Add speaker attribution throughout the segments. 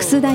Speaker 1: 楠田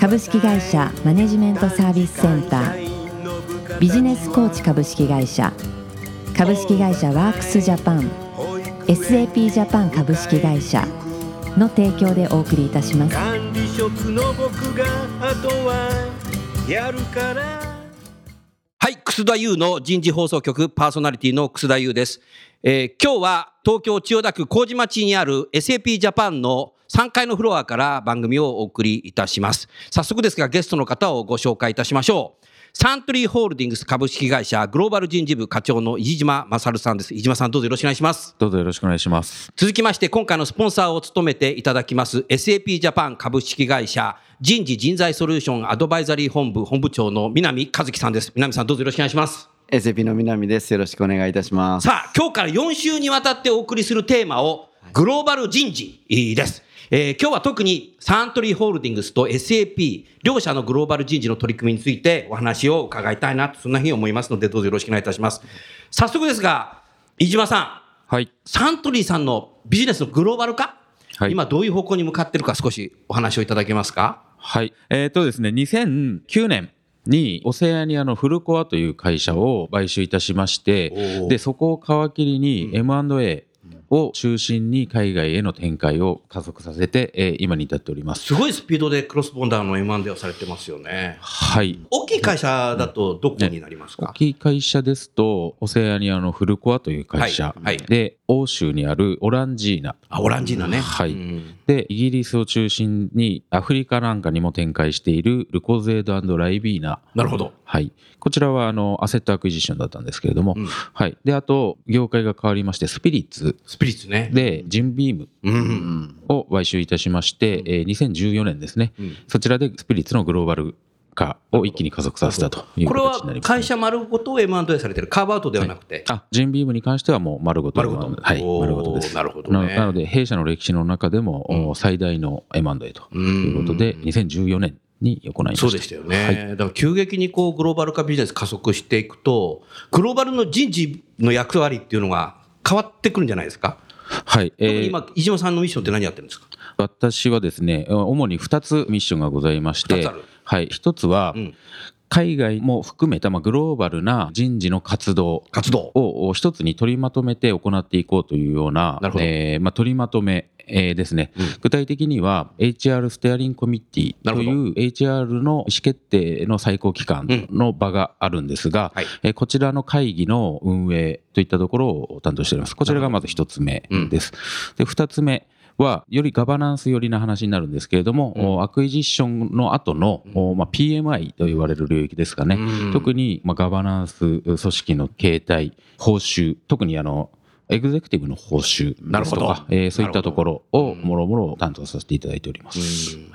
Speaker 1: 株式会社マネジメントサービスセンタービジネスコーチ株式会社株式会社ワークスジャパン SAP ジャパン株式会社の提供でお送りいたします
Speaker 2: 管理職の僕があとはやるから
Speaker 3: はい、楠田優の人事放送局パーソナリティの楠田優です。えー今日は東京千代田区麹町にある SAP ジャパンの3階のフロアから番組をお送りいたします。早速ですがゲストの方をご紹介いたしましょう。サントリーホールディングス株式会社グローバル人事部課長の飯島勝さんです。飯島さんどうぞよろしくお願いします。
Speaker 4: どうぞよろしくお願いします。
Speaker 3: 続きまして、今回のスポンサーを務めていただきます、SAP ジャパン株式会社人事人材ソリューションアドバイザリー本部本部長の南和樹さんです。南さん、どうぞよろしくお願いします。
Speaker 5: SAP の南です。よろしくお願いいたします。
Speaker 3: さあ、今日から4週にわたってお送りするテーマを、グローバル人事です。えー今日は特にサントリーホールディングスと SAP、両社のグローバル人事の取り組みについてお話を伺いたいなと、そんなふうに思いますので、どうぞよろしくお願いいたします。早速ですが、飯島さん、
Speaker 4: はい。
Speaker 3: サントリーさんのビジネスのグローバル化、
Speaker 4: はい
Speaker 3: 今どういう方向に向かってるか少しお話をいただけますか
Speaker 4: はい。えっ、とですね、2009年にオセアニアのフルコアという会社を買収いたしまして
Speaker 3: おー、
Speaker 4: で、そこを皮切りに M&A を中心に海外への展開を加速させて、えー今に至っております。
Speaker 3: すごいスピードでクロスボンダーの M&A をされてますよね。
Speaker 4: はい。
Speaker 3: 大きい会社だとどこになります
Speaker 4: 大
Speaker 3: か、
Speaker 4: きい会社ですと、オセアニアのフルコアという会社、
Speaker 3: はいはい
Speaker 4: で、欧州にあるオランジーナ、
Speaker 3: あ、オランジーナね。
Speaker 4: はい
Speaker 3: うん
Speaker 4: で、イギリスを中心にアフリカなんかにも展開しているルコゼードライビーナ
Speaker 3: なるほど。
Speaker 4: はい、こちらはあのアセットアクイジションだったんですけれども、
Speaker 3: うん
Speaker 4: はい、であと業界が変わりましてスピリッツ
Speaker 3: スピリッツね。
Speaker 4: でジンビーム
Speaker 3: うん。
Speaker 4: を買収いたしまして、えー2014年ですね、
Speaker 3: うん
Speaker 4: そちらでスピリッツのグローバル化を一気に加速させたという
Speaker 3: これ
Speaker 4: 形にな
Speaker 3: は
Speaker 4: ります、
Speaker 3: 会社丸ごとを M&A されてる。カーブアウトではなくて。
Speaker 4: あジンビームに関してはもう丸ごと
Speaker 3: 丸ごと
Speaker 4: はい、
Speaker 3: おー
Speaker 4: 丸ごとです
Speaker 3: なるほどね
Speaker 4: ななので弊社の歴史の中でも、お最大の M&A ということで2014年に行いました
Speaker 3: そうでしたよね、だから急激にこうグローバル化ビジネス加速していくと、グローバルの人事の役割っていうのが変わってくるんじゃないですか、
Speaker 4: はい、え
Speaker 3: 特に
Speaker 4: ー
Speaker 3: 今、飯島さんのミッションって何やってるんですか、
Speaker 4: 私はですね主に2つミッションがございま
Speaker 3: 二
Speaker 4: し
Speaker 3: つ
Speaker 4: て
Speaker 3: ある、
Speaker 4: はい、1つは
Speaker 3: うん
Speaker 4: 海外も含めたまあグローバルな人事の活動
Speaker 3: 活動、
Speaker 4: を一つに取りまとめて行っていこうというような
Speaker 3: なるほど
Speaker 4: えーまあ、取りまとめ、えーですね、具体的には HR ステアリングコミッティ
Speaker 3: なる
Speaker 4: と
Speaker 3: ほ
Speaker 4: い
Speaker 3: ど
Speaker 4: う HR の意思決定の最高機関の場があるんですが、
Speaker 3: はい
Speaker 4: えーこちらの会議の運営といったところを担当しております。こちらがまず一つ目です。で二つ目はよりガバナンス寄りな話になるんですけれども、おアクイジッションの後の、おまあ、PMI と言われる領域ですかね、特に、まあ、ガバナンス組織の形態、報酬、特にあのエグゼクティブの報酬
Speaker 3: なる
Speaker 4: です
Speaker 3: ほ
Speaker 4: と
Speaker 3: ど
Speaker 4: か、えーそういったところをもろもろ担当させていただいております。は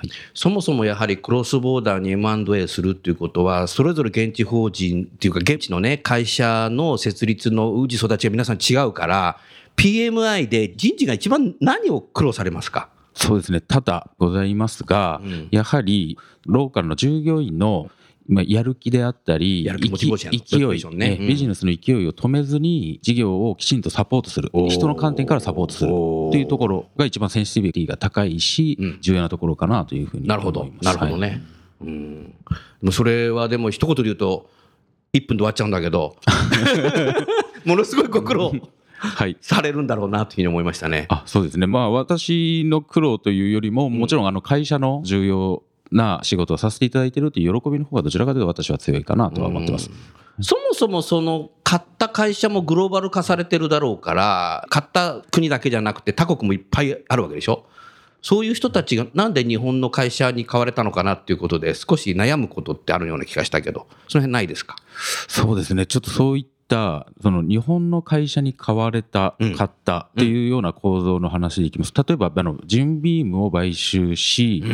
Speaker 4: い
Speaker 3: そもそもやはりクロスボーダーに M&A するっていうことは、それぞれ現地法人っていうか、現地のね、会社の設立の宇治育ちが皆さん違うから、PMI で人事が一番何を苦労されますか、
Speaker 4: そうですね、ただございますが、
Speaker 3: うん
Speaker 4: やはりローカルの従業員のまあやる気であったり、
Speaker 3: やる気モチベーション
Speaker 4: いき勢
Speaker 3: モチベー
Speaker 4: い
Speaker 3: ションね
Speaker 4: え
Speaker 3: うん
Speaker 4: ビジネスの勢いを止めずに、事業をきちんとサポートする、人の観点からサポートするというところが一番センシティビティが高いし、
Speaker 3: うん
Speaker 4: 重要なところかなというふうに
Speaker 3: なる
Speaker 4: 思
Speaker 3: ほ
Speaker 4: い
Speaker 3: ど、
Speaker 4: ます。
Speaker 3: なるほどね。うん、でもそれはでも一言で言うと、1分で終わっちゃうんだけ ど、ものすごいご苦労
Speaker 4: はい、はい
Speaker 3: されるんだろうなというふうに思いましたね。
Speaker 4: あそうですね、まあ、私の苦労というよりも、もちろんあの会社の重要な仕事をさせていただいているという喜びの方がどちらかというと私は強いかなとは思ってます。
Speaker 3: そもそもその買った会社もグローバル化されてるだろうから、買った国だけじゃなくて他国もいっぱいあるわけでしょ。そういう人たちがなんで日本の会社に買われたのかなっていうことで少し悩むことってあるような気がしたけど、その辺ないですか
Speaker 4: そうですね、ちょっとそういっったその日本の会社に買われた、
Speaker 3: うん
Speaker 4: 買ったっていうような構造の話でいきます。例えばあのジンビームを買収し、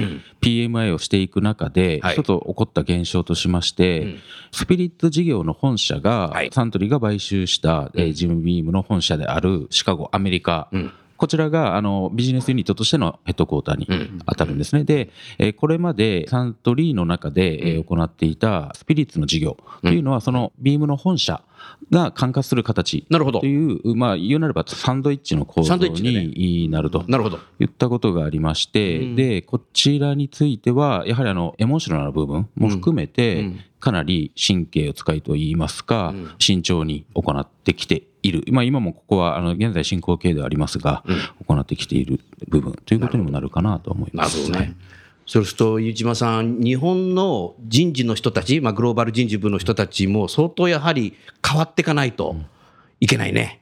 Speaker 4: PMI をしていく中で、
Speaker 3: はい
Speaker 4: 一つ起こった現象としまして、
Speaker 3: うん
Speaker 4: スピリット事業の本社が、
Speaker 3: はい
Speaker 4: サントリーが買収した、えージムビームの本社であるシカゴ、アメリカ、
Speaker 3: うん
Speaker 4: こちらがあのビジネスユニットとしてのヘッドクォーターに
Speaker 3: うん
Speaker 4: 当たるんですね。で、えーこれまでサントリーの中で、えー行っていたスピリッツの事業というのは、そのビームの本社が管轄する形
Speaker 3: なるほど
Speaker 4: と。いう、まあ、言うなればサンドイッチの構
Speaker 3: サ
Speaker 4: 造
Speaker 3: ンドイッチでね
Speaker 4: になると。
Speaker 3: なるほど。
Speaker 4: 言ったことがありまして、
Speaker 3: うん
Speaker 4: でこちらについてはやはりあのエモーショナルな部分も含めて、
Speaker 3: うんうん
Speaker 4: かなり神経を使いといいますか、
Speaker 3: うん
Speaker 4: 慎重に行ってきている、まあ、今もここはあの現在進行形ではありますが、行ってきている部分ということにもなるかなと思い
Speaker 3: な
Speaker 4: ま
Speaker 3: る
Speaker 4: す。
Speaker 3: ほど
Speaker 4: はい
Speaker 3: ね。そうすると、飯島さん、日本の人事の人たち、まあ、グローバル人事部の人たちも、相当やはり変わっていかないといけないね。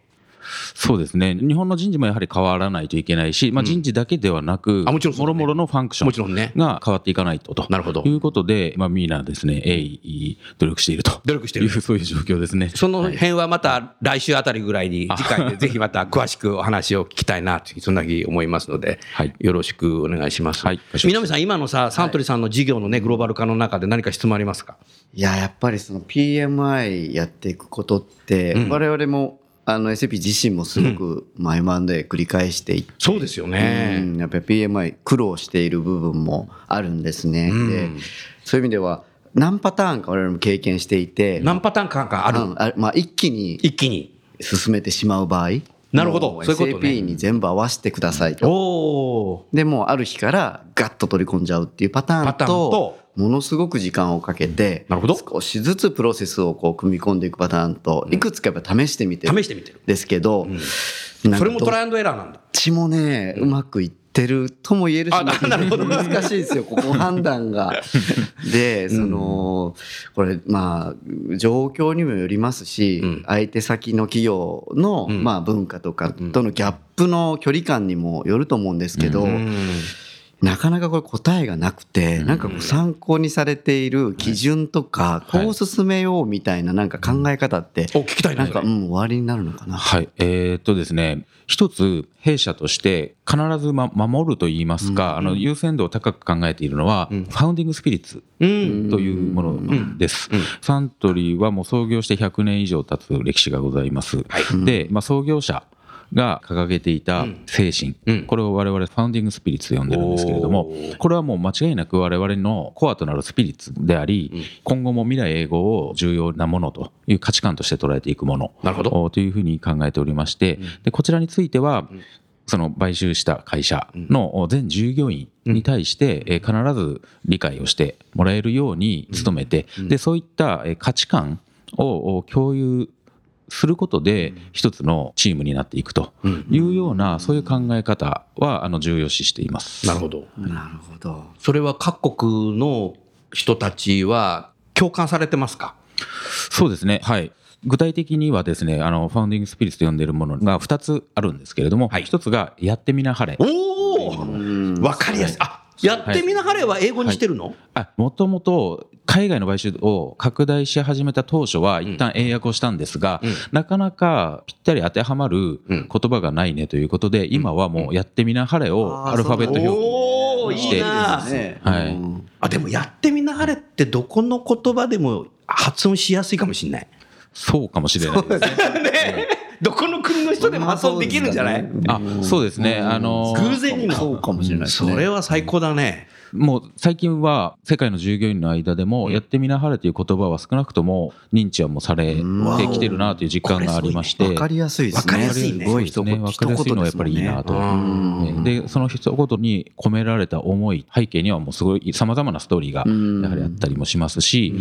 Speaker 4: そうですね日本の人事もやはり変わらないといけないし、まあ、人事だけではなく、
Speaker 3: あもちろんそうだ
Speaker 4: もろ
Speaker 3: ね
Speaker 4: もろのファンクシ
Speaker 3: もちろ
Speaker 4: ョ
Speaker 3: んね
Speaker 4: ンが変わっていかないとと
Speaker 3: なるほど
Speaker 4: いうことで、まあ、みんなですね、鋭意努力していると
Speaker 3: 努力している
Speaker 4: いう そういう状況ですね。
Speaker 3: その辺はまた来週あたりぐらいに、次回でぜひま た詳しくお話を聞きたいなと、そんなに思いますので
Speaker 4: はい、
Speaker 3: よろしくお願いします。
Speaker 4: はい
Speaker 3: 南さん、今のさ、サントリーさんの事業のね、グローバル化の中で何か質問ありますか
Speaker 5: いややっぱりその PMI やっていくことって、
Speaker 3: うん
Speaker 5: 我々もあの SAP 自身もすごく、まあ、M&A 繰り返していって
Speaker 3: そうですよ
Speaker 5: う
Speaker 3: ね。
Speaker 5: んやっぱり PMI 苦労している部分もあるんですね、
Speaker 3: うん
Speaker 5: でそういう意味では何パターンか我々も経験していて
Speaker 3: 何パターンかかあ
Speaker 5: あ
Speaker 3: る、
Speaker 5: あまあ、一気に
Speaker 3: 一気に。
Speaker 5: 進めてしまう場合
Speaker 3: なるほど
Speaker 5: も
Speaker 3: そういうことね
Speaker 5: SAP に全部合わせてくださいと、
Speaker 3: おー。
Speaker 5: でもうある日からガッと取り込んじゃうっていうパターンと
Speaker 3: パターンと
Speaker 5: ものすごく時間をかけて
Speaker 3: なるほど
Speaker 5: 少しずつプロセスをこう組み込んでいくパターンといくつかやっぱ試してみてるん
Speaker 3: 試してみてる。
Speaker 5: ですけど、なんか
Speaker 3: それも
Speaker 5: ど
Speaker 3: トライアンドエラーなんだ。
Speaker 5: どっちもね、うまくいってるとも言えるし、
Speaker 3: あななるほど
Speaker 5: 難しいですよ、ここ判 断が。で、その、これ、まあ、状況にもよりますし、
Speaker 3: うん
Speaker 5: 相手先の企業の、
Speaker 3: うん
Speaker 5: まあ、文化とかとのギャップの距離感にもよると思うんですけど、なかなかこれ答えがなくて、なんかこう参考にされている基準とか、
Speaker 4: はい
Speaker 5: こう進めようみたいななんか考え方って、
Speaker 3: お聞きたい
Speaker 5: な
Speaker 3: なん
Speaker 5: か、うん、終わりになるのかな。
Speaker 4: はい、えーっとですね、一つ弊社として必ず、ま、守ると言いますか、あの優先度を高く考えているのは、ファウンディングスピリッツ
Speaker 3: うん
Speaker 4: というものです、サントリーはもう創業して100年以上経つ歴史がございます、で、まあ、創業者が掲げていた精神、
Speaker 3: うん
Speaker 4: これを我々ファウンディングスピリッツと呼んでるんですけれども
Speaker 3: おー
Speaker 4: これはもう間違いなく我々のコアとなるスピリッツであり、今後も未来永劫を重要なものという価値観として捉えていくもの
Speaker 3: なるほど
Speaker 4: おというふうに考えておりまして、でこちらについては、その買収した会社のお全従業員に対して、えー必ず理解をしてもらえるように努めて、でそういったえー価値観をお共有することで一つのチームになっていくというようなそういう考え方はあの重要視しています。
Speaker 3: なるほど。
Speaker 5: なるほど。
Speaker 3: それは各国の人たちは共感されてますか
Speaker 4: そうですね。はい。具体的にはですね、あの、ファウンディングスピリッツと呼んでいるものが2つあるんですけれども、
Speaker 3: はい
Speaker 4: 1つがやってみなはれ。
Speaker 3: おおわかりやすい。あやってみなはれは英語にしてるの、
Speaker 4: あもともと海外の買収を拡大し始めた当初は一旦英訳をしたんですが、なかなかぴったり当てはまる言葉がないねということで、今はもうやってみなはれをアルファベット表記
Speaker 3: おお
Speaker 4: に
Speaker 3: い
Speaker 4: して
Speaker 3: いな
Speaker 5: ね
Speaker 4: はい
Speaker 5: うん
Speaker 3: あでもやってみなはれってどこの言葉でも発音しやすいかもしれない。
Speaker 4: そうかもしれないですね。
Speaker 3: ねどこの国の人でも発音できるんじゃない、
Speaker 5: うん
Speaker 4: あそうですね、あの
Speaker 3: 偶然にも
Speaker 5: そうかもしれないです
Speaker 3: そ
Speaker 5: ね。
Speaker 3: れは最高だね。
Speaker 4: もう最近は世界の従業員の間でもやってみなはれという言葉は少なくとも認知はもうされてきてるなという実感がありまして、
Speaker 5: わかりやすいですね。
Speaker 3: わかりやすいね
Speaker 5: ごい
Speaker 4: です
Speaker 5: 一
Speaker 4: ね、
Speaker 5: 言
Speaker 4: 分
Speaker 5: 一
Speaker 4: かりやすい
Speaker 5: 言
Speaker 4: のは
Speaker 5: で
Speaker 4: やっ
Speaker 5: す
Speaker 4: ぱ
Speaker 5: もん
Speaker 4: りいいな
Speaker 5: ね。
Speaker 4: と。
Speaker 3: うん
Speaker 4: でその一言に込められた思い背景にはもうすごいさまざまなストーリーが
Speaker 5: ん
Speaker 4: やはりあったりもしますし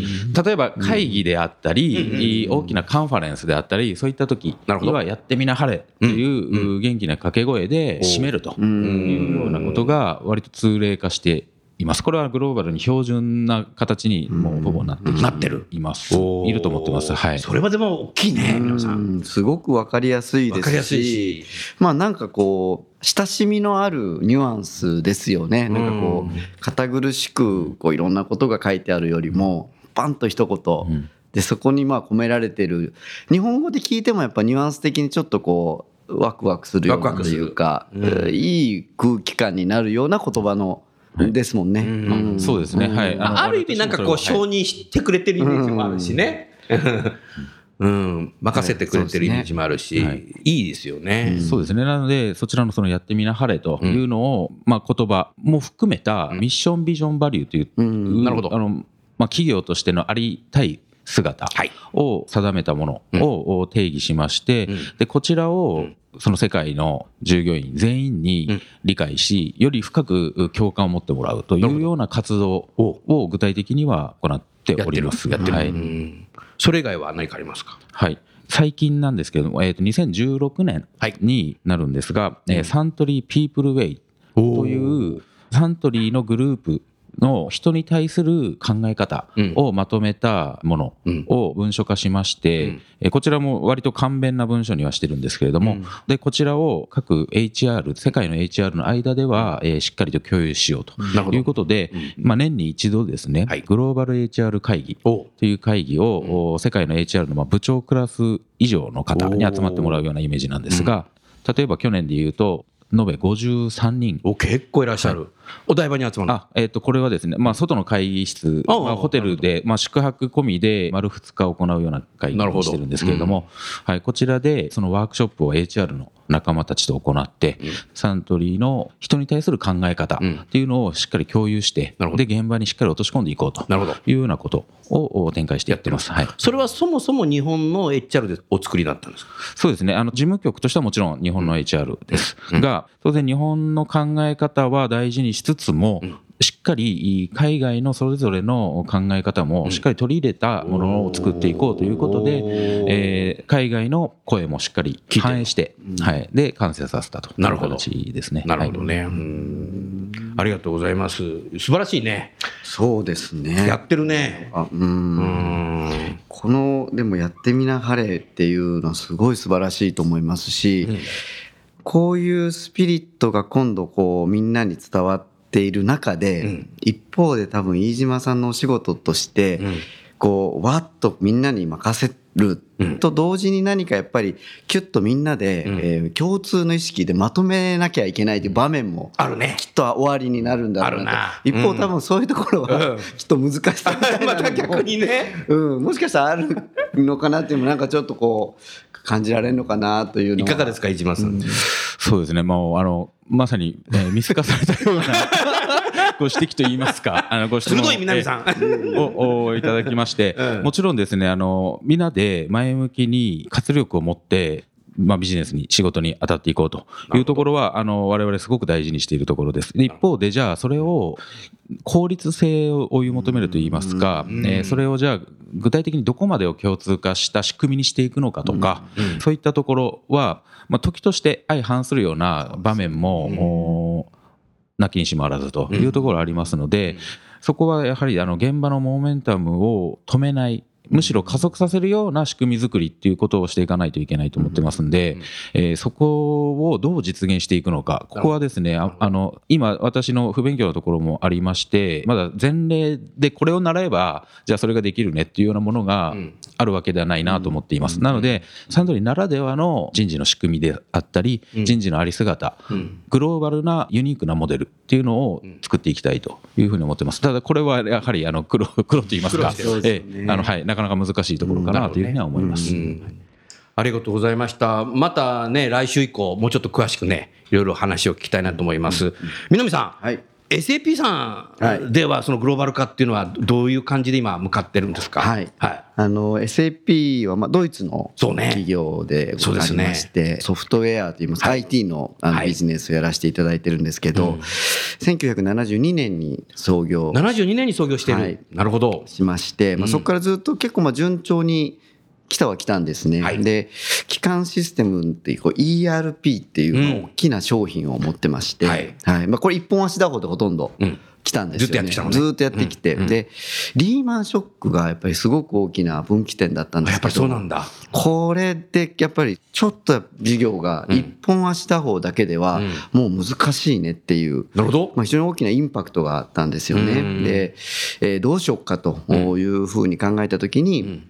Speaker 4: 例えば会議であったり大きなカンファレンスであったりそういった時
Speaker 3: なるほ
Speaker 4: に
Speaker 3: ど
Speaker 4: はやってみなはれという元気な掛け声で締めるというようなことが割と通例化していますこれはグローバルに標準な形にもうほぼなってき
Speaker 3: なってる。
Speaker 4: いますいると思ってますはい
Speaker 3: それはでも大きいね、皆さ。
Speaker 5: うんんすごくわかりやすい
Speaker 3: わ
Speaker 5: で
Speaker 3: かりや
Speaker 5: す
Speaker 3: すい
Speaker 5: し、
Speaker 3: し。
Speaker 5: まあなんかこう親しみのあるニュアンスですよね。なんかこ
Speaker 3: うん
Speaker 5: う堅苦しくこういろんなことが書いてあるよりも、バンと一言。でそこにまあ込められてる日本語で聞いてもやっぱニュアンス的にちょっとこうワクワクするよう
Speaker 3: ワ
Speaker 5: な
Speaker 3: クワ
Speaker 5: と
Speaker 3: クす
Speaker 5: い
Speaker 3: る
Speaker 5: うか
Speaker 3: うん
Speaker 5: いい空気感になるような言葉のですもんね。
Speaker 3: うん
Speaker 5: ん
Speaker 4: そうですねはい
Speaker 5: うん
Speaker 4: あの
Speaker 3: ある意味なんかこう
Speaker 4: 私もそ
Speaker 3: 承
Speaker 4: れは
Speaker 3: 認してくれてるイメージもあるしね。うん、任せてくれてるイメージもあるし、
Speaker 4: はい
Speaker 3: いいですよね。
Speaker 4: そうですね。なので、そちらのそのやってみなはれというのを、まあ言葉も含めたミッションビジョンバリューという、
Speaker 5: うん
Speaker 3: なるほど
Speaker 4: あの、まあ企業としてのありたい姿
Speaker 3: はい
Speaker 4: を定めたものを定義しまして、
Speaker 3: うん
Speaker 4: で、こちら
Speaker 3: う
Speaker 4: を
Speaker 3: ん
Speaker 4: その世界の従業員全員
Speaker 3: うん
Speaker 4: に理解し、より深く共感を持ってもらうというような活動をを具体的には行って
Speaker 3: やっ
Speaker 4: お
Speaker 3: て
Speaker 4: り
Speaker 3: る
Speaker 4: ます。
Speaker 3: やってる、
Speaker 4: は
Speaker 3: う
Speaker 4: い。
Speaker 3: んそれ以外は何かありますか。
Speaker 4: はい、最近なんですけれども、えー、と2016年
Speaker 3: はい
Speaker 4: になるんですが、えーサントリーピープルウェイというサントリーのグループの人に対する考え方をまとめたもの
Speaker 3: うん
Speaker 4: を文書化しまして、
Speaker 3: うん
Speaker 4: えーこちらも割と簡便な文書にはしてるんですけれども、でこちらを各 HR 世界の HR の間では、えーしっかりと共有しようと
Speaker 3: なるほど
Speaker 4: いうことで、まあ、年に一度ですね、
Speaker 3: はい
Speaker 4: グローバル HR 会議
Speaker 3: お
Speaker 4: という会議を、お世界の HR のまあ部長クラス以上の方に集まってもらうようなイメージなんですが、例えば去年で言うと、延べ53人。
Speaker 3: お結構いらっしゃる。お台場に集まる。
Speaker 4: あえっとこれはですね、まあ、外の会議室、
Speaker 3: ああ
Speaker 4: まあ、ホテルで、まあ、宿泊込みで丸2日行うような会議
Speaker 3: なるほ
Speaker 4: を
Speaker 3: ど
Speaker 4: してるんですけれども、はい、こちらでそのワークショップを HR の仲間たちと行って、サントリーの人に対する考え方
Speaker 3: うん
Speaker 4: っていうのをしっかり共有して、
Speaker 3: なるほ
Speaker 4: で
Speaker 3: ど
Speaker 4: 現場にしっかり落とし込んでいこうと
Speaker 3: なるほど。
Speaker 4: いうようなことをお展開してやってます。はい
Speaker 3: それはそもそも日本の HR でお作りだったんですか。
Speaker 4: そうですね、あの事務局としてはもちろん日本の HR ですが、当然、日本の考え方は大事にしつつも、しっかり海外のそれぞれの考え方もしっかり取り入れたものを作っていこうということで、えー海外の声もしっかり
Speaker 3: 聞いて
Speaker 4: 反映して、はい、で完成させたとい
Speaker 3: なる
Speaker 4: う
Speaker 3: ほど
Speaker 4: 形ですね。
Speaker 3: なるほど
Speaker 4: はい
Speaker 3: ね、うんありがとうございます。素晴らしいね。
Speaker 5: そうですね
Speaker 3: やってるね。
Speaker 5: あうん
Speaker 3: うん
Speaker 5: このでも「やってみなはれ」っていうのはすごい素晴らしいと思いますし、こういうスピリットが今度こうみんなに伝わっている中で、
Speaker 3: うん
Speaker 5: 一方で多分飯島さんのお仕事として、
Speaker 3: うん
Speaker 5: こうわっとみんなに任せる
Speaker 3: うん
Speaker 5: と同時に何かやっぱりキュッとみんなで、
Speaker 3: うん
Speaker 5: えー共通の意識でまとめなきゃいけないという場面も
Speaker 3: ある ね。
Speaker 5: きっと終わりになるんだろうな
Speaker 3: あ
Speaker 5: と
Speaker 3: るな
Speaker 5: 一
Speaker 3: う
Speaker 5: 方
Speaker 3: ん
Speaker 5: 多分そういうところは、
Speaker 3: うん
Speaker 5: きっと難しさみたいなのも
Speaker 3: また逆にね。
Speaker 5: うん、もしかしたらあるのかなっていうのもなんかちょっとこう感じられるのかなというの
Speaker 3: い
Speaker 5: は
Speaker 3: かがですか、飯島さん。
Speaker 4: そうですね、もうあのまさに、えー見透かされた ようなご指摘と言いますか、あのご質問
Speaker 3: 鋭い南さん
Speaker 4: えーを おいただきまして、
Speaker 3: うん
Speaker 4: もちろんですね、あのみんなで前向きに活力を持って、まあ、ビジネスに仕事に当たっていこうというところはあの我々すごく大事にしているところです。で一方でじゃあそれを効率性を追い求めるといいますか、え
Speaker 3: うん
Speaker 4: ーそれをじゃあ具体的にどこまでを共通化した仕組みにしていくのかとか、
Speaker 3: うん
Speaker 4: そういったところは、まあ、時として相反するような場面も、おーなきにしもあらずというところありますので、そこはやはりあの現場のモメンタムを止めないむしろ加速させるような仕組み作りっていうことをしていかないといけないと思ってますんで、えーそこをどう実現していくのかここはですねああの今私の不勉強なところもありましてまだ前例でこれを習えばじゃあそれができるねっていうようなものが
Speaker 3: うん
Speaker 4: あるわけではないなと思っています、なのでサンドリーならではの人事の仕組みであったり、
Speaker 3: うん
Speaker 4: 人事のあり姿、グローバルなユニークなモデルっていうのを作っていきたいというふうに思ってます。ただこれはやはりあの黒黒と言いますか、
Speaker 5: そうで
Speaker 4: え
Speaker 5: す
Speaker 4: え
Speaker 5: よね
Speaker 4: あのはいなかなか難しいところかなというふうには思います。
Speaker 3: うんありがとうございました。またね、来週以降、もうちょっと詳しくね、いろいろ話を聞きたいなと思います。南さん、
Speaker 5: はい
Speaker 3: SAP さ
Speaker 5: は
Speaker 3: んでは、そのグローバル化っていうのは、どういう感じで今、向かってるんですか。
Speaker 5: はいあの SAP はまあドイツの
Speaker 3: そうね
Speaker 5: 企業で
Speaker 3: そ
Speaker 5: ご
Speaker 3: うで
Speaker 5: ざ
Speaker 3: す
Speaker 5: い
Speaker 3: ね
Speaker 5: まして、ソフトウェアといいますか、IT のあの、
Speaker 3: はい
Speaker 5: ビジネスをやらせていただいてるんですけど、1972年に創業
Speaker 3: 72年に創業してる。
Speaker 5: はい
Speaker 3: なるほど。
Speaker 5: しまして、まあ、そこからずっと結構まあ順調に来たは来たんですね、
Speaker 3: はい
Speaker 5: で基幹システムっていうこう ERP っていう
Speaker 3: うん
Speaker 5: まあ大きな商品を持ってまして、
Speaker 3: はい
Speaker 5: まあ、これ一本足打法でほとんど
Speaker 3: うん
Speaker 5: 来たんですよ、ね
Speaker 3: ずっとやってきたのね
Speaker 5: ずっとやってきて、でリーマンショックがやっぱりすごく大きな分岐点だったんで
Speaker 3: や
Speaker 5: す
Speaker 3: っ
Speaker 5: け
Speaker 3: ぱ
Speaker 5: ど
Speaker 3: りそうなんだ。
Speaker 5: これでやっぱりちょっと事業が一本足打法だけではもう難しいねっていう
Speaker 3: なるほど。
Speaker 5: まあ、非常に大きなインパクトがあったんですよ
Speaker 3: うん
Speaker 5: ね。で、えーどうしようかというふうに考えた時に、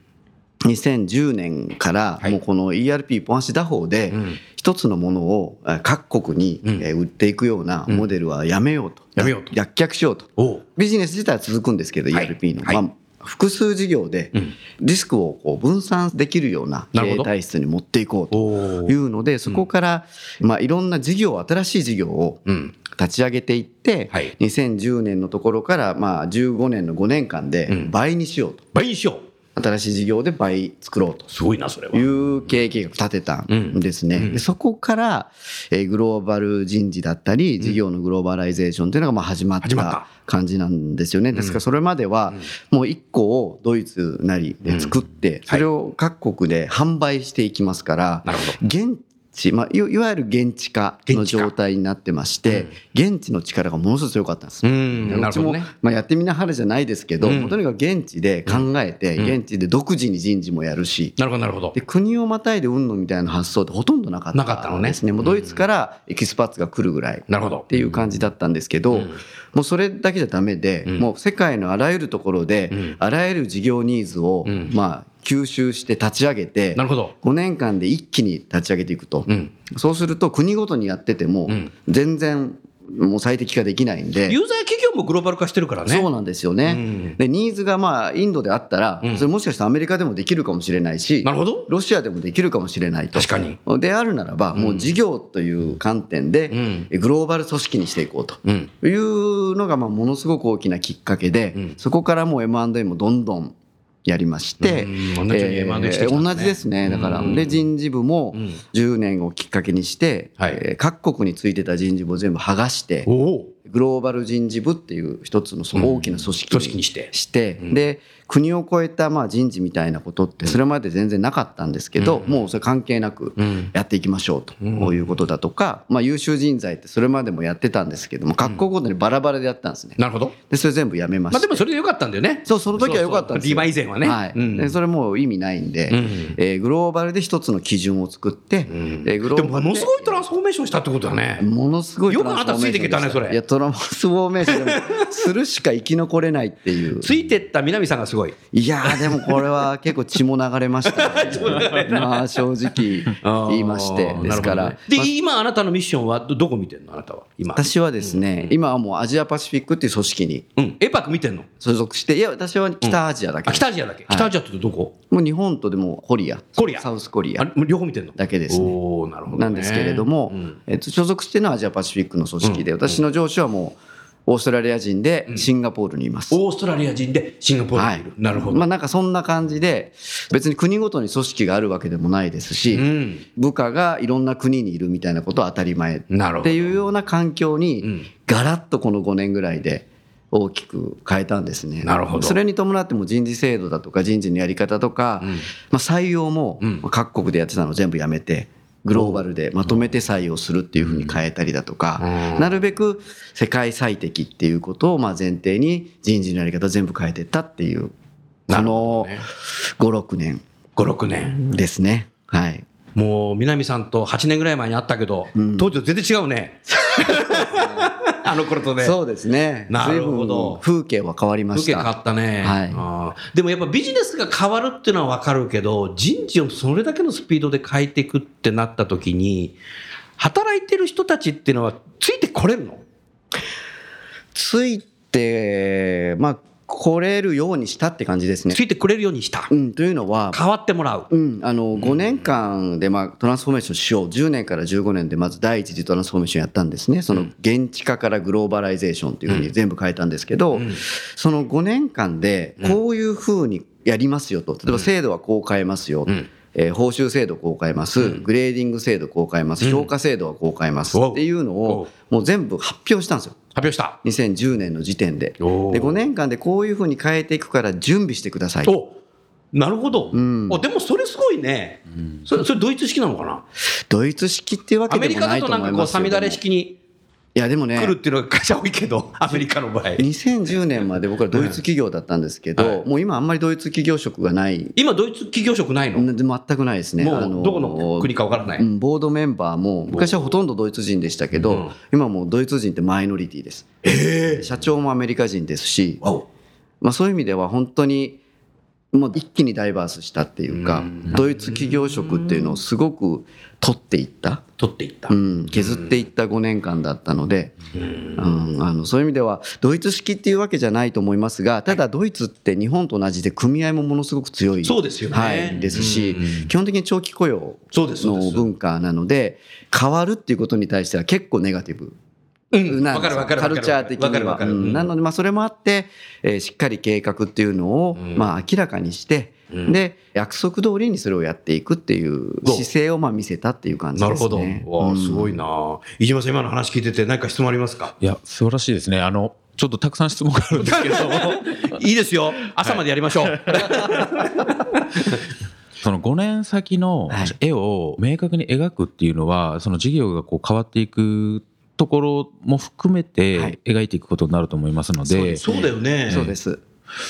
Speaker 5: 2010年から
Speaker 3: はい
Speaker 5: もうこの ERP ポン足打法で
Speaker 3: うん
Speaker 5: 一つのものをえー各国に
Speaker 3: うん
Speaker 5: えー売っていくようなモデルはやめようと
Speaker 3: やめようと
Speaker 5: 逆逆却しようと
Speaker 3: おう
Speaker 5: ビジネス自体は続くんですけど
Speaker 3: はい
Speaker 5: ERP の
Speaker 3: はい
Speaker 5: まあ複数事業で
Speaker 3: うん
Speaker 5: リスクをこう分散できるような
Speaker 3: なるほ
Speaker 5: 経営
Speaker 3: ど
Speaker 5: 体質に持っていこうと
Speaker 3: お
Speaker 5: いううのでそこからまあいろんな事業新しい事業を
Speaker 3: うん
Speaker 5: 立ち上げていって
Speaker 3: はい
Speaker 5: 2010年のところからまあ15年の5年間
Speaker 3: う
Speaker 5: で
Speaker 3: ん
Speaker 5: 倍にしようと
Speaker 3: 倍にしよ
Speaker 5: 新しい事業で倍作ろうと。
Speaker 3: うすごいなそれは
Speaker 5: いう経営計画立てたんですね。
Speaker 3: うんうん
Speaker 5: でそこから、えーグローバル人事だったり、事業のグローバライゼーションというのがまあ始まっ
Speaker 3: 始まった
Speaker 5: た感じなんですよね。ですからそれまでは、もう1個をドイツなりで作って、それを各国で販売していきますから、
Speaker 3: なるほど
Speaker 5: 現地、まあ、いわいわゆる現地化の
Speaker 3: 現地化
Speaker 5: 状態になってまして、現地の力がものすごく強かったんです。
Speaker 3: うんな
Speaker 5: う
Speaker 3: る
Speaker 5: ち
Speaker 3: ほど
Speaker 5: も
Speaker 3: ね、
Speaker 5: まあ、やってみなはれじゃないですけど、
Speaker 3: うん
Speaker 5: とにかく現地で考えて、
Speaker 3: うん
Speaker 5: 現地で独自に人事もやるし、
Speaker 3: なるほどなるほど
Speaker 5: で国をまたいでうんぬみたいな発想ってほとんどなかった
Speaker 3: なかったのね
Speaker 5: ですねもうドイツからエキスパッツが来るぐらいっ
Speaker 3: なるほど
Speaker 5: ていう感じだったんですけど、
Speaker 3: うん
Speaker 5: もうそれだけじゃダメで、
Speaker 3: うん
Speaker 5: もう世界のあらゆるところで、
Speaker 3: うん
Speaker 5: あらゆる事業ニーズを、
Speaker 3: うん
Speaker 5: まあ、吸収して立ち上げて
Speaker 3: なるほど
Speaker 5: 5年間で一気に立ち上げていくと、
Speaker 3: うん
Speaker 5: そうすると国ごとにやってても、
Speaker 3: うん
Speaker 5: 全然もう最適化できないんで。
Speaker 3: ユーザー企業もグローバル化してるからね
Speaker 5: そうなんですよね、
Speaker 3: うん
Speaker 5: でニーズがまあインドであったら、
Speaker 3: うん
Speaker 5: それもしかしたらアメリカでもできるかもしれないし
Speaker 3: なるほど
Speaker 5: ロシアでもできるかもしれないと
Speaker 3: 確かに
Speaker 5: であるならばもう事業という観点で、
Speaker 3: うん
Speaker 5: えグローバル組織にしていこうと。
Speaker 3: うん
Speaker 5: いうのがまあものすごく大きなきっかけで、
Speaker 3: うん
Speaker 5: そこからもう M&A もどんどんやりまして、
Speaker 3: うん同じように M&A してきたんですね
Speaker 5: 同じですねだから、
Speaker 3: うん
Speaker 5: で人事部も
Speaker 3: うん
Speaker 5: 10年をきっかけにして、
Speaker 3: はい
Speaker 5: えー各国についてた人事部を全部剥がして、
Speaker 3: おお
Speaker 5: グローバル人事部っていう一つのその大きな組織
Speaker 3: 組織にして
Speaker 5: して
Speaker 3: うん
Speaker 5: で国を超えたまあ人事みたいなことってそれまで全然なかったんですけど
Speaker 3: うん
Speaker 5: もうそれ関係なく
Speaker 3: うん
Speaker 5: やっていきましょうと
Speaker 3: うん
Speaker 5: こういうことだとかまあ優秀人材ってそれまでもやってたんですけども各国ごとにバラバラでやったんですね
Speaker 3: なるほど
Speaker 5: でそれ全部やめま
Speaker 3: まあ
Speaker 5: し
Speaker 3: で
Speaker 5: た
Speaker 3: もそれでよかったんだよね
Speaker 5: そうその時は良かったんですよ
Speaker 3: そうそうリーマン以前はね
Speaker 5: はい
Speaker 3: うん
Speaker 5: でそれもう意味ないんで
Speaker 3: うん
Speaker 5: えーグローバルで一つの基準を作って
Speaker 3: ん
Speaker 5: えーグロ
Speaker 3: で
Speaker 5: ー
Speaker 3: も
Speaker 5: バル
Speaker 3: ものすごいトランスフォーメーションしたってことだね
Speaker 5: ものすごい
Speaker 3: よくあなたついていけたね
Speaker 5: トランスフォーメーション
Speaker 3: それ
Speaker 5: でしいやトランスフォーメーションでもするしか生き残れないっていう
Speaker 3: ついてった南さんがすごい
Speaker 5: いやーでもこれは結構血も流れました ね、まあ正直言いまして
Speaker 3: あー
Speaker 5: ですか
Speaker 3: な
Speaker 5: ら、
Speaker 3: るほどねで今あなたのミッションはどどこ見てんのあなたは今
Speaker 5: 私はですね、今はもうアジアパシフィックっていう組織に
Speaker 3: うんエパック見てんの
Speaker 5: 所属していや私は北アジアだけ、
Speaker 3: あ北アジアだけ
Speaker 5: はい
Speaker 3: 北アジアってどこ
Speaker 5: もう日本とでもコリア
Speaker 3: コリア
Speaker 5: サウスコリ
Speaker 3: あ
Speaker 5: ア
Speaker 3: もう両方見てんの
Speaker 5: だけですね
Speaker 3: おーなるほどね
Speaker 5: なんですけれども、
Speaker 3: うん
Speaker 5: えっと、所属してるのはアジアパシフィックの組織で、
Speaker 3: うん
Speaker 5: 私の上司はもうオーストラリア人でシンガポールにいます、
Speaker 3: オーストラリア人でシンガポールにいるなるほど
Speaker 5: まあなんかそんな感じで別に国ごとに組織があるわけでもないですし、
Speaker 3: うん
Speaker 5: 部下がいろんな国にいるみたいなことは当たり前っ
Speaker 3: なるほど
Speaker 5: ていうような環境
Speaker 3: う
Speaker 5: に
Speaker 3: ん
Speaker 5: ガラッとこの5年ぐらいで大きく変えたんですね。
Speaker 3: なるほど
Speaker 5: それに伴っても人事制度だとか人事のやり方とか、
Speaker 3: うん
Speaker 5: まあ、採用も
Speaker 3: うん
Speaker 5: 各国でやってたのを全部やめて。グローバルでまとめて採用するっていうふうに変えたりだとか、
Speaker 3: うん
Speaker 5: なるべく世界最適っていうことをまあ前提に人事のやり方全部変えてったっていう、
Speaker 3: なるほ
Speaker 5: こ
Speaker 3: ど
Speaker 5: の
Speaker 3: ね
Speaker 5: 5、6年
Speaker 3: 56年
Speaker 5: ですね。はい。
Speaker 3: もう南さんと8年ぐらい前に会ったけど、
Speaker 5: うん
Speaker 3: 当時と全然違う ねあの頃とね
Speaker 5: そうですね。
Speaker 3: なるほど
Speaker 5: 随分風景は変わりま
Speaker 3: 受
Speaker 5: し
Speaker 3: け
Speaker 5: た。
Speaker 3: 変わったね、
Speaker 5: はい
Speaker 3: あーでもやっぱビジネスが変わるっていうのは分かるけど人事をそれだけのスピードで変えていくってなった時に働いてる人たちっていうのはついてこれるの
Speaker 5: ついて、まあ、来れるようにしたって感じですね
Speaker 3: つ。いてくれるようにした
Speaker 5: うん、というのは、
Speaker 3: 変わってもらう
Speaker 5: うん、あの5年間で、まあ、トランスフォーメーションしよう10年から15年でまず第一次トランスフォーメーションやったんですねその現地化からグローバライゼーションというふうに全部変えたんですけど、
Speaker 3: うん
Speaker 5: その5年間でこういうふうにやりますよと例えば制度はこう変えますよ、
Speaker 3: うん
Speaker 5: えー報酬制度こう変えます、グレーディング制度こう変えます、評価制度はこう変えます
Speaker 3: おう
Speaker 5: っていうの
Speaker 3: おう
Speaker 5: をもう全部発表したんですよ。
Speaker 3: 発表した
Speaker 5: 2010年の時点で。で、
Speaker 3: おー
Speaker 5: 5年間でこういうふうに変えていくから準備してください。
Speaker 3: おなるほど、
Speaker 5: ん
Speaker 3: あでもそれすごいね、それそれドイツ式なのかな
Speaker 5: ドイツ式っていうわ
Speaker 3: ア
Speaker 5: け
Speaker 3: メ
Speaker 5: で
Speaker 3: リカ
Speaker 5: もな
Speaker 3: だ
Speaker 5: いと
Speaker 3: とな
Speaker 5: 思
Speaker 3: んか
Speaker 5: い
Speaker 3: こ
Speaker 5: ま
Speaker 3: う
Speaker 5: すよ
Speaker 3: さみだ
Speaker 5: で
Speaker 3: れ
Speaker 5: も
Speaker 3: 式に
Speaker 5: いや、でもね
Speaker 3: 来、るっていうのが会社多いけどアメリカの場合
Speaker 5: 2010年まで僕らドイツ企業だったんですけ
Speaker 3: はい
Speaker 5: ど、もう今あんまりドイツ企業職がない、
Speaker 3: 今ドイツ企業職ないの、
Speaker 5: 全くないですね。
Speaker 3: も
Speaker 5: あの
Speaker 3: うどこの国かわからない、
Speaker 5: うんボードメンバーも昔はほとんどドイツ人でしたけど、
Speaker 3: うん
Speaker 5: 今もうドイツ人ってマイノリティです、社長もアメリカ人ですし、
Speaker 3: わお
Speaker 5: まあ、そういう意味では本当にもう一気にダイバースしたっていうかドイツ企業職っていうのをすごく取っていった、
Speaker 3: 取っていった。
Speaker 5: うん、削っていった5年間だったので、うん、あのそういう意味ではドイツ式っていうわけじゃないと思いますがただドイツって日本と同じで組合もものすごく強い
Speaker 3: そうですよね
Speaker 5: はい、ですし、基本的に長期雇用
Speaker 3: そうですそうです
Speaker 5: の文化なので変わるっていうことに対しては結構ネガティブ
Speaker 3: うん
Speaker 5: な
Speaker 3: わ
Speaker 5: ん
Speaker 3: か
Speaker 5: です
Speaker 3: る
Speaker 5: よ
Speaker 3: わかる。
Speaker 5: カルチャー的
Speaker 3: わか
Speaker 5: に
Speaker 3: るわ
Speaker 5: は。
Speaker 3: か
Speaker 5: う
Speaker 3: る。
Speaker 5: んなので、まあ、それもあって、えーしっかり計画っていうのを、まあ、明らかにして、で、約束通りにそれをやっていくっていう姿勢を、まあ、見せたっていう感じ
Speaker 3: な
Speaker 5: で
Speaker 3: るほ
Speaker 5: す
Speaker 3: ど。
Speaker 5: ね。
Speaker 3: わあ、すごいな。飯島さん、今の話聞いてて、何か質問あります か
Speaker 4: いや、素晴らしいですね。あの、ちょっとたくさん質問があるんですけど、
Speaker 3: いいですよ。朝までやりましょう。
Speaker 4: その5年先の
Speaker 5: はい
Speaker 4: 絵を明確に描くっていうのは、その事業がこう変わっていくところも含め
Speaker 5: は
Speaker 4: て
Speaker 5: い
Speaker 4: 描いていくことになると思いますので、
Speaker 3: そうだよね。
Speaker 5: そうです。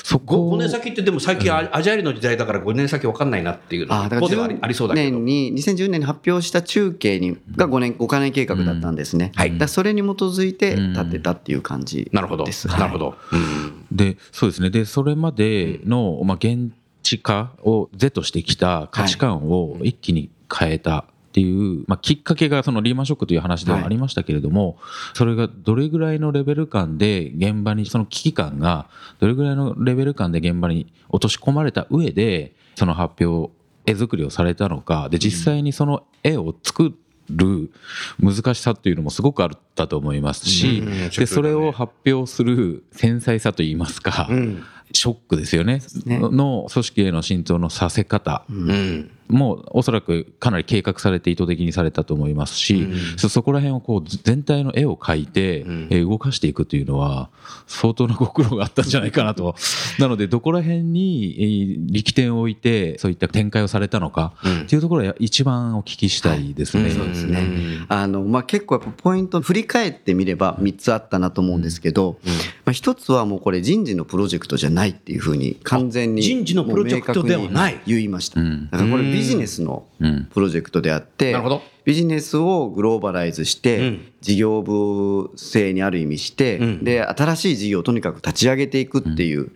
Speaker 4: そこ
Speaker 3: 5
Speaker 4: を
Speaker 3: 年先ってでも最近アアジャイルの時代だから5年先わかんないなっていうの
Speaker 5: あ
Speaker 3: は
Speaker 5: あ、
Speaker 3: 一
Speaker 5: だから
Speaker 3: 方ではありありそう
Speaker 5: 10
Speaker 3: だけど
Speaker 5: 年に、2010年に発表した中継にが5年、5カ年計画だったんですね。
Speaker 3: はい
Speaker 5: だからそれに基づいて
Speaker 4: うん
Speaker 5: 立てたっていう感じです。
Speaker 3: なるほどなるほど、うん
Speaker 4: でそうですねでそれまでの、まあ、現地化を是としてきた価値観を一気に変えたっていう、まあ、きっかけがそのリーマンショックという話ではありましたけれども、それがどれぐらいのレベル感で現場にその危機感がどれぐらいのレベル感で現場に落とし込まれた上でその発表絵作りをされたのかで実際にその絵を作る難しさっていうのもすごくあったと思いますし、
Speaker 3: うん
Speaker 4: でそれを発表する繊細さといいますか、
Speaker 3: ん
Speaker 4: ショックですよね
Speaker 5: ね
Speaker 4: の組織への浸透のさせ方
Speaker 3: うん
Speaker 4: もおそらくかなり計画されて意図的にされたと思いますし、そそこら辺をこう全体の絵を描いて、えー動かしていくというのは相当なご苦労があったんじゃないかなと なのでどこら辺にえー力点を置いてそういった展開をされたのかっていうところは一番お聞きしたいですね。
Speaker 5: そうですね。あのまあ、結構やっぱポイント振り返ってみれば3つあったなと思うんですけど、まあ、1つはもうこれ人事のプロジェクトじゃないっていうふうに完全に
Speaker 3: あ人事のプロジェクトではない
Speaker 5: もう明確に言いました、
Speaker 4: うん
Speaker 5: だからこれビジネスのプロジェクトであって、
Speaker 3: なるほど
Speaker 5: ビジネスをグローバライズして、
Speaker 3: うん
Speaker 5: 事業部制にある意味して、
Speaker 3: ん
Speaker 5: で新しい事業をとにかく立ち上げていくっていう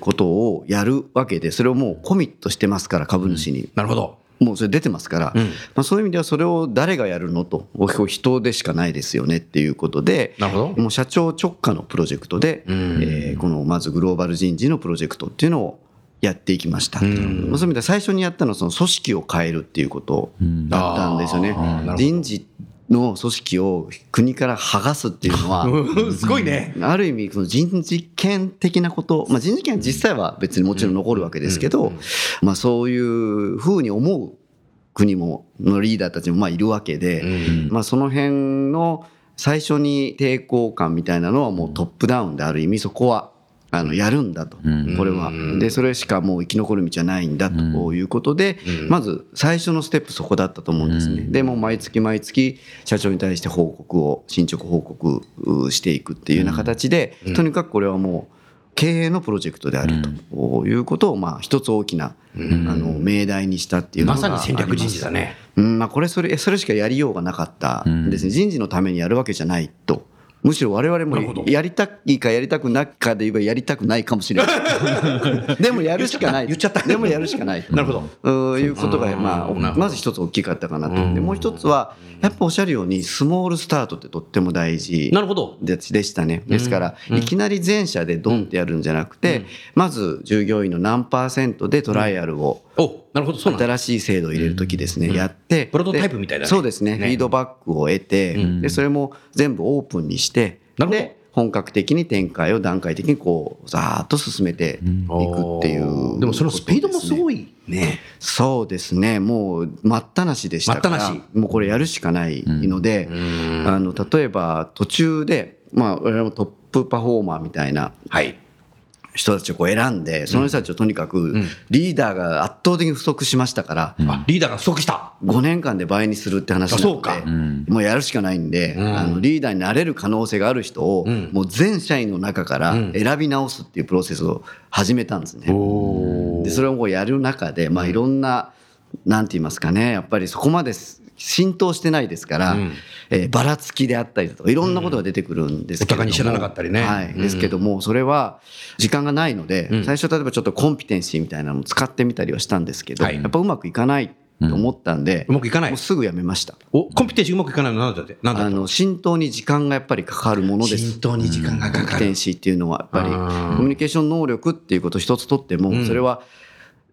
Speaker 5: ことをやるわけでそれをもうコミットしてますから株主に、
Speaker 3: なるほど
Speaker 5: もうそれ出てますから、まあ、そういう意味ではそれを誰がやるのとこれ人でしかないですよねっていうことで
Speaker 3: なるほど
Speaker 5: もう社長直下のプロジェクトで、えーこのまずグローバル人事のプロジェクトっていうのをやっていきました、まあそういう意味では最初にやったのはその組織を変えるっていうことだったんですよね。人事の組織を国から剥がす っていうのは、
Speaker 3: すごいね
Speaker 5: ある意味その人事権的なこと、まあ、人事権は実際は別にもちろん残るわけですけど、まあ、そういうふうに思う国ものリーダーたちもまあいるわけで、まあ、その辺の最初に抵抗感みたいなのはもうトップダウンである意味そこはあのやるんだと、これはでそれしかもう生き残る道はないんだということで、まず最初のステップそこだったと思うんですね、でもう毎月毎月社長に対して報告を進捗報告うしていくっていうような形で、とにかくこれはもう経営のプロジェクトであるということをまあ一つ大きな、あの命題にしたっていうの
Speaker 3: ま
Speaker 5: が
Speaker 3: さに戦略人
Speaker 5: ありま
Speaker 3: 事
Speaker 5: す
Speaker 3: だね
Speaker 5: うんまあ、これそれそれしかやりようがなかったですね、人事のためにやるわけじゃないと。むしろ我々
Speaker 3: るほど
Speaker 5: もやりたいかやりたくないかで言えばやりたくないかもしれ ない。でもやるしかない。
Speaker 3: 言っちゃった
Speaker 5: でもやるしかない。
Speaker 3: なるほど
Speaker 5: うんいうことが、ま
Speaker 3: な
Speaker 5: あ、
Speaker 3: るほど
Speaker 5: まず一つ大きかったかなと。でもう一つは、やっぱおっしゃるように、スモールスタートってとっても大事。
Speaker 3: なるほど
Speaker 5: ででしたね。ですから、いきなり全社でドンってやるんじゃなくて、まず従業員の何パーセントでトライアルを、
Speaker 3: おなるほどそうなんだ
Speaker 5: 新しい制度を入れるときですね、やって
Speaker 3: プロトタイプみたいだね
Speaker 5: でそうです
Speaker 3: ね
Speaker 5: ねフィードバックを得て、でそれも全部オープンにして
Speaker 3: なるほど
Speaker 5: で本格的に展開を段階的にこうざーっと進めていくっていう、
Speaker 3: おーでもそのスピードもす
Speaker 5: い
Speaker 3: ごいね
Speaker 5: そうですねもう待ったなしでしたから
Speaker 3: 待ったな
Speaker 5: もうこれやるしかないので、あの例えば途中でまあ我々もトップパフォーマーみたいな
Speaker 3: はい
Speaker 5: 人たちをこう選んでその人たちをとにかくリーダーが圧倒的に不足しましたから、
Speaker 3: あリーダーが不足した
Speaker 5: 5年間で倍にするって話なので
Speaker 3: あそうか
Speaker 4: ん
Speaker 5: もうやるしかないんで、あのリーダーになれる可能性がある人を、もう全社員の中から選び直すっていうプロセスを始めたんですね。でそれをこうやる中で、まあ、いろんな、なんて言いますかねやっぱりそこまです浸透してないですから、
Speaker 3: うん
Speaker 5: えーばらつきであったりだとかいろんなことが出てくるんですけれども、
Speaker 3: うんお互いに知らなかったりね
Speaker 5: はい
Speaker 3: うん
Speaker 5: ですけどもそれは時間がないので、
Speaker 3: うん
Speaker 5: 最初例えばちょっとコンピテンシーみたいなのも使ってみたりはしたんですけど、
Speaker 3: はい
Speaker 5: やっぱうまくいかないと思ったんで、
Speaker 3: うまくいかない
Speaker 5: もうすぐやめました。
Speaker 3: おコンピテンシーうまくいかないのなんだってなんだ
Speaker 5: あ
Speaker 3: って
Speaker 5: の浸透に時間がやっぱりかかるものです
Speaker 3: 浸透に時間がか
Speaker 5: コンピ
Speaker 3: か
Speaker 5: テ
Speaker 3: る
Speaker 5: ン。シーっていうのはやっぱり
Speaker 3: うん
Speaker 5: コミュニケーション能力っていうこと一つとっても、
Speaker 3: うん
Speaker 5: それは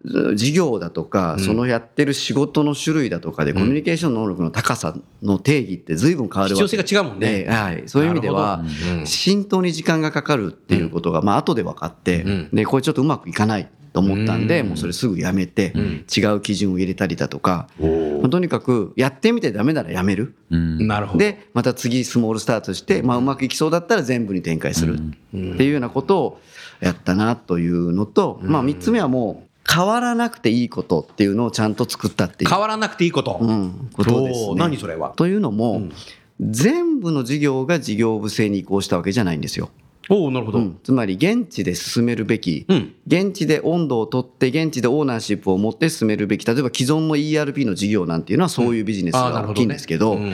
Speaker 5: ず事業だとか、そのやってる仕事の種類だとかでコミュニケーション能力の高さの定義って随分変わるわけ
Speaker 3: 必要性が違うもんね
Speaker 5: ええはい、そういう意味では
Speaker 3: なるほどうん
Speaker 5: 浸透に時間がかかるっていうことが、まあ後で分かって、
Speaker 3: うん
Speaker 5: でこれちょっとうまくいかないと思ったんで、
Speaker 3: うん
Speaker 5: もうそれすぐやめて、
Speaker 3: ん
Speaker 5: 違う基準を入れたりだとか、
Speaker 3: お
Speaker 5: まあとにかくやってみてダメならやめる。
Speaker 4: うん
Speaker 3: なるほど。
Speaker 5: でまた次スモールスタートして、まあ、うまくいきそうだったら全部に展開するっていうようなことをやったなというのと、まあ、3つ目はもう変わらなくていいことっていうのをちゃんと作ったっていう、
Speaker 3: 変わらなくていいこと。
Speaker 5: うん、ことで
Speaker 3: お
Speaker 5: す
Speaker 3: ー
Speaker 5: ね。
Speaker 3: 何それは。
Speaker 5: というのも、
Speaker 3: ん
Speaker 5: 全部の事業が事業部制に移行したわけじゃないんですよ。
Speaker 3: おおなるほど。
Speaker 5: う
Speaker 3: うん
Speaker 5: ん、つまり現地で進めるべき、
Speaker 3: うん
Speaker 5: 現地で温度を取って現地でオーナーシップを持って進めるべき例えば既存の ERP の事業なんていうのはそういうビジネス
Speaker 3: あーなる
Speaker 5: が
Speaker 3: ほどね
Speaker 5: 大きいんですけど,、
Speaker 3: うん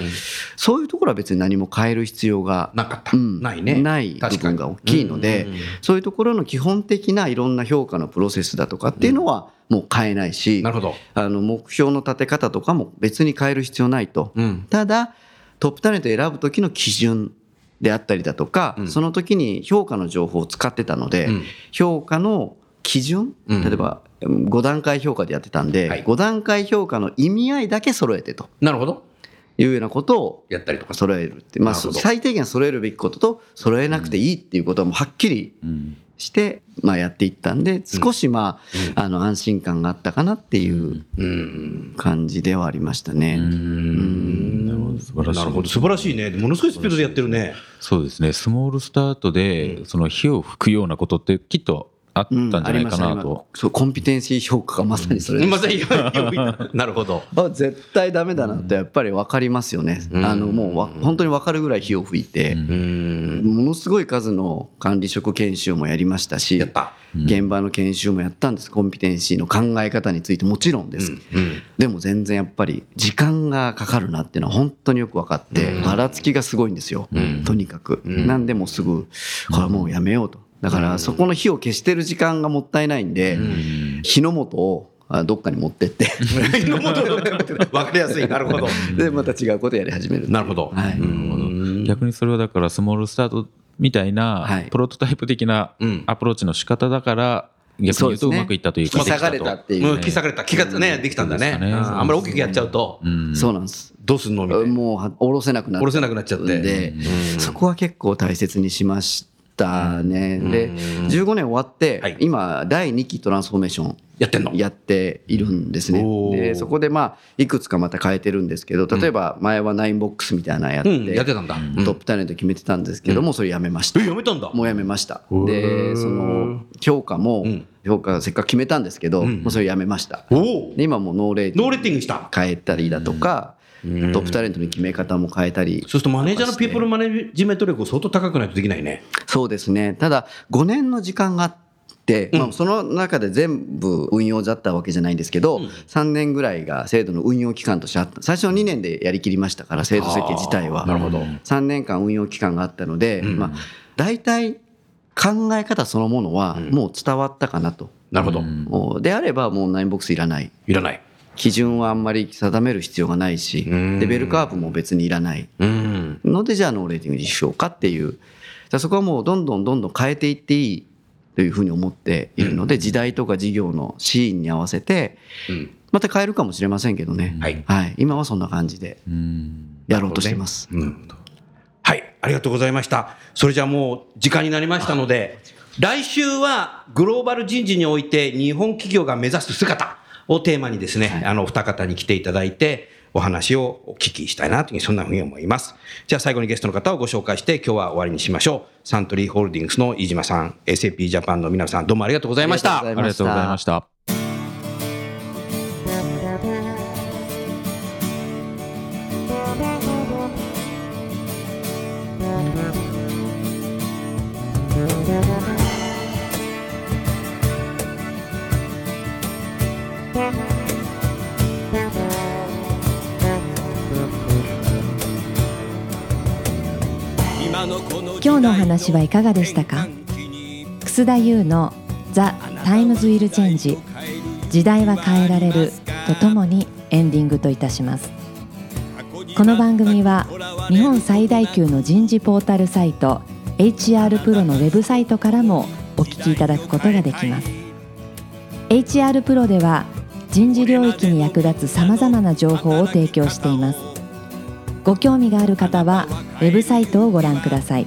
Speaker 5: そういうところは別に何も変える必要が
Speaker 3: なかった。
Speaker 5: うん
Speaker 3: ないね。
Speaker 5: ない部
Speaker 3: 確か
Speaker 5: 分
Speaker 3: に
Speaker 5: が大きいので、
Speaker 3: うんうんうん
Speaker 5: そういうところの基本的ないろんな評価のプロセスだとかっていうのはもう変えないし、
Speaker 3: なるほど。
Speaker 5: あの目標の立て方とかも別に変える必要ないと、
Speaker 3: うん
Speaker 5: ただトップタレントを選ぶ時の基準であったりだとか、
Speaker 3: ん
Speaker 5: その時に評価の情報を使ってたので、
Speaker 3: うん
Speaker 5: 評価の基準
Speaker 3: うん
Speaker 5: 例えば5段階評価でやってたんで、
Speaker 3: はい
Speaker 5: 5段階評価の意味合いだけ揃えてと
Speaker 3: なるほど。
Speaker 5: いうようなことを
Speaker 3: やったりとか。
Speaker 5: 揃えるって、まあ、
Speaker 3: なるほど
Speaker 5: 最低限揃えるべきことと揃えなくていいっていうことはもうはっきり
Speaker 4: うん
Speaker 5: して、まあ、やっていったんで少しまあ,、あの安心感があったかなっていう
Speaker 3: うん。
Speaker 5: 感じではありましたね。
Speaker 4: なるほど素晴らしい
Speaker 3: なるほど。素晴らしいね。ものすごいスピードでやってるね。
Speaker 4: そうですねスモールスタートでその火を吹くようなことってきっとあったんじゃないか
Speaker 5: あり
Speaker 4: な
Speaker 5: ました
Speaker 4: と、
Speaker 5: そうコンピテンシー評価がまさにそれです、
Speaker 3: まさに、よく言ったなるほど。
Speaker 5: あ絶対ダメだなってやっぱり分かりますよね、あのもうわ本当に分かるぐらい火を吹いて、
Speaker 3: うん。
Speaker 5: ものすごい数の管理職研修もやりましたし
Speaker 3: やった。
Speaker 5: 現場の研修もやったんですコンピテンシーの考え方についてもちろんです、
Speaker 3: うん。
Speaker 5: でも全然やっぱり時間がかかるなっていうのは本当によく分かってばらつきがすごいんですよ、とにかく、なんでもうすぐこれはもうやめようとだからそこの火を消してる時間がもったいないんで、火の元をあどっかに持ってって
Speaker 3: の元々わかりやすい。なるほど。
Speaker 5: でまた違うことやり始める
Speaker 3: なるほど。
Speaker 5: はい
Speaker 3: うん
Speaker 4: 逆にそれはだからスモールスタートみたい
Speaker 5: は
Speaker 4: ないプロトタイプ的な
Speaker 3: うん
Speaker 4: アプローチの仕方だから逆に言うとうまくいったというか
Speaker 5: 引き
Speaker 4: で
Speaker 5: 下
Speaker 4: き
Speaker 5: が
Speaker 4: た
Speaker 5: れ
Speaker 4: と
Speaker 5: たっていう、
Speaker 3: もう引き裂かれた気がね、できたんだね
Speaker 4: そうですかね
Speaker 3: うんあんまり大きくやっちゃうと、
Speaker 5: そうなんです
Speaker 3: どうすんのみたいな。
Speaker 5: もうは下ろせなくなっ
Speaker 3: 下ろせなくなっちゃって
Speaker 5: んで、そこは結構大切にしましたね、で15年終わって、
Speaker 3: はい
Speaker 5: 今第2期トランスフォーメーション
Speaker 3: やってんの
Speaker 5: やっているんですね
Speaker 3: おー
Speaker 5: でそこでまあいくつかまた変えてるんですけど例えば前はナインボックスみたいなのやって,、
Speaker 3: うん、やってたんだ。うん
Speaker 5: トップタレント決めてたんですけども、それやめました
Speaker 3: え、やめたんだ。
Speaker 5: もうやめましたでその評価も、
Speaker 3: ん
Speaker 5: 評価せっかく決めたんですけど、もうそれやめました
Speaker 3: おお
Speaker 5: で今もうノーレート
Speaker 3: ノーレッティングした。
Speaker 5: 変えたりだとか、トップタレントの決め方も変えたり
Speaker 3: そうするとマネージャーのピープルマネジメント力を相当高くないとできないね。
Speaker 5: そうですねただ5年の時間があって、まあ、その中で全部運用だったわけじゃないんですけど、3年ぐらいが制度の運用期間としてあった最初の2年でやりきりましたから制度設計自体は
Speaker 3: なるほど
Speaker 5: 3年間運用期間があったので、まあ、大体考え方そのものはもう伝わったかなと、
Speaker 3: なるほど。
Speaker 5: おであればもうナインボックスいらない
Speaker 3: いらない。
Speaker 5: 基準はあんまり定める必要がないしレベルカーブも別にいらない
Speaker 3: うん。
Speaker 5: のでじゃあノーレーティングにしようかっていうだからそこはもうどんどんどんどん変えていっていいというふうに思っているので、時代とか事業のシーンに合わせてまた変えるかもしれませんけどね、
Speaker 3: はい
Speaker 5: 今はそんな感じでやろうとしています、
Speaker 3: はい、ありがとうございました。それじゃあもう時間になりましたので、来週はグローバル人事において日本企業が目指す姿をテーマにですね、あの、お二方に来ていただいて、お話をお聞きしたいなというふうにそんなふうに思います。じゃあ最後にゲストの方をご紹介して今日は終わりにしましょう。サントリーホールディングスの飯島さん、SAP ジャパンの皆さんどうもありがとうございました。
Speaker 5: あり
Speaker 4: ありがとうございました
Speaker 6: 「
Speaker 1: 今日のお話はいかがでしたか楠田優の「ザ・タイムズ・ウィル・チェンジ」「時代は変えられる」とともにエンディングといたしますこの番組は日本最大級の人事ポータルサイト HR プロのウェブサイトからもお聞きいただくことができます HR プロでは人事領域に役立つさまざまな情報を提供していますご興味がある方はウェブサイトをご覧ください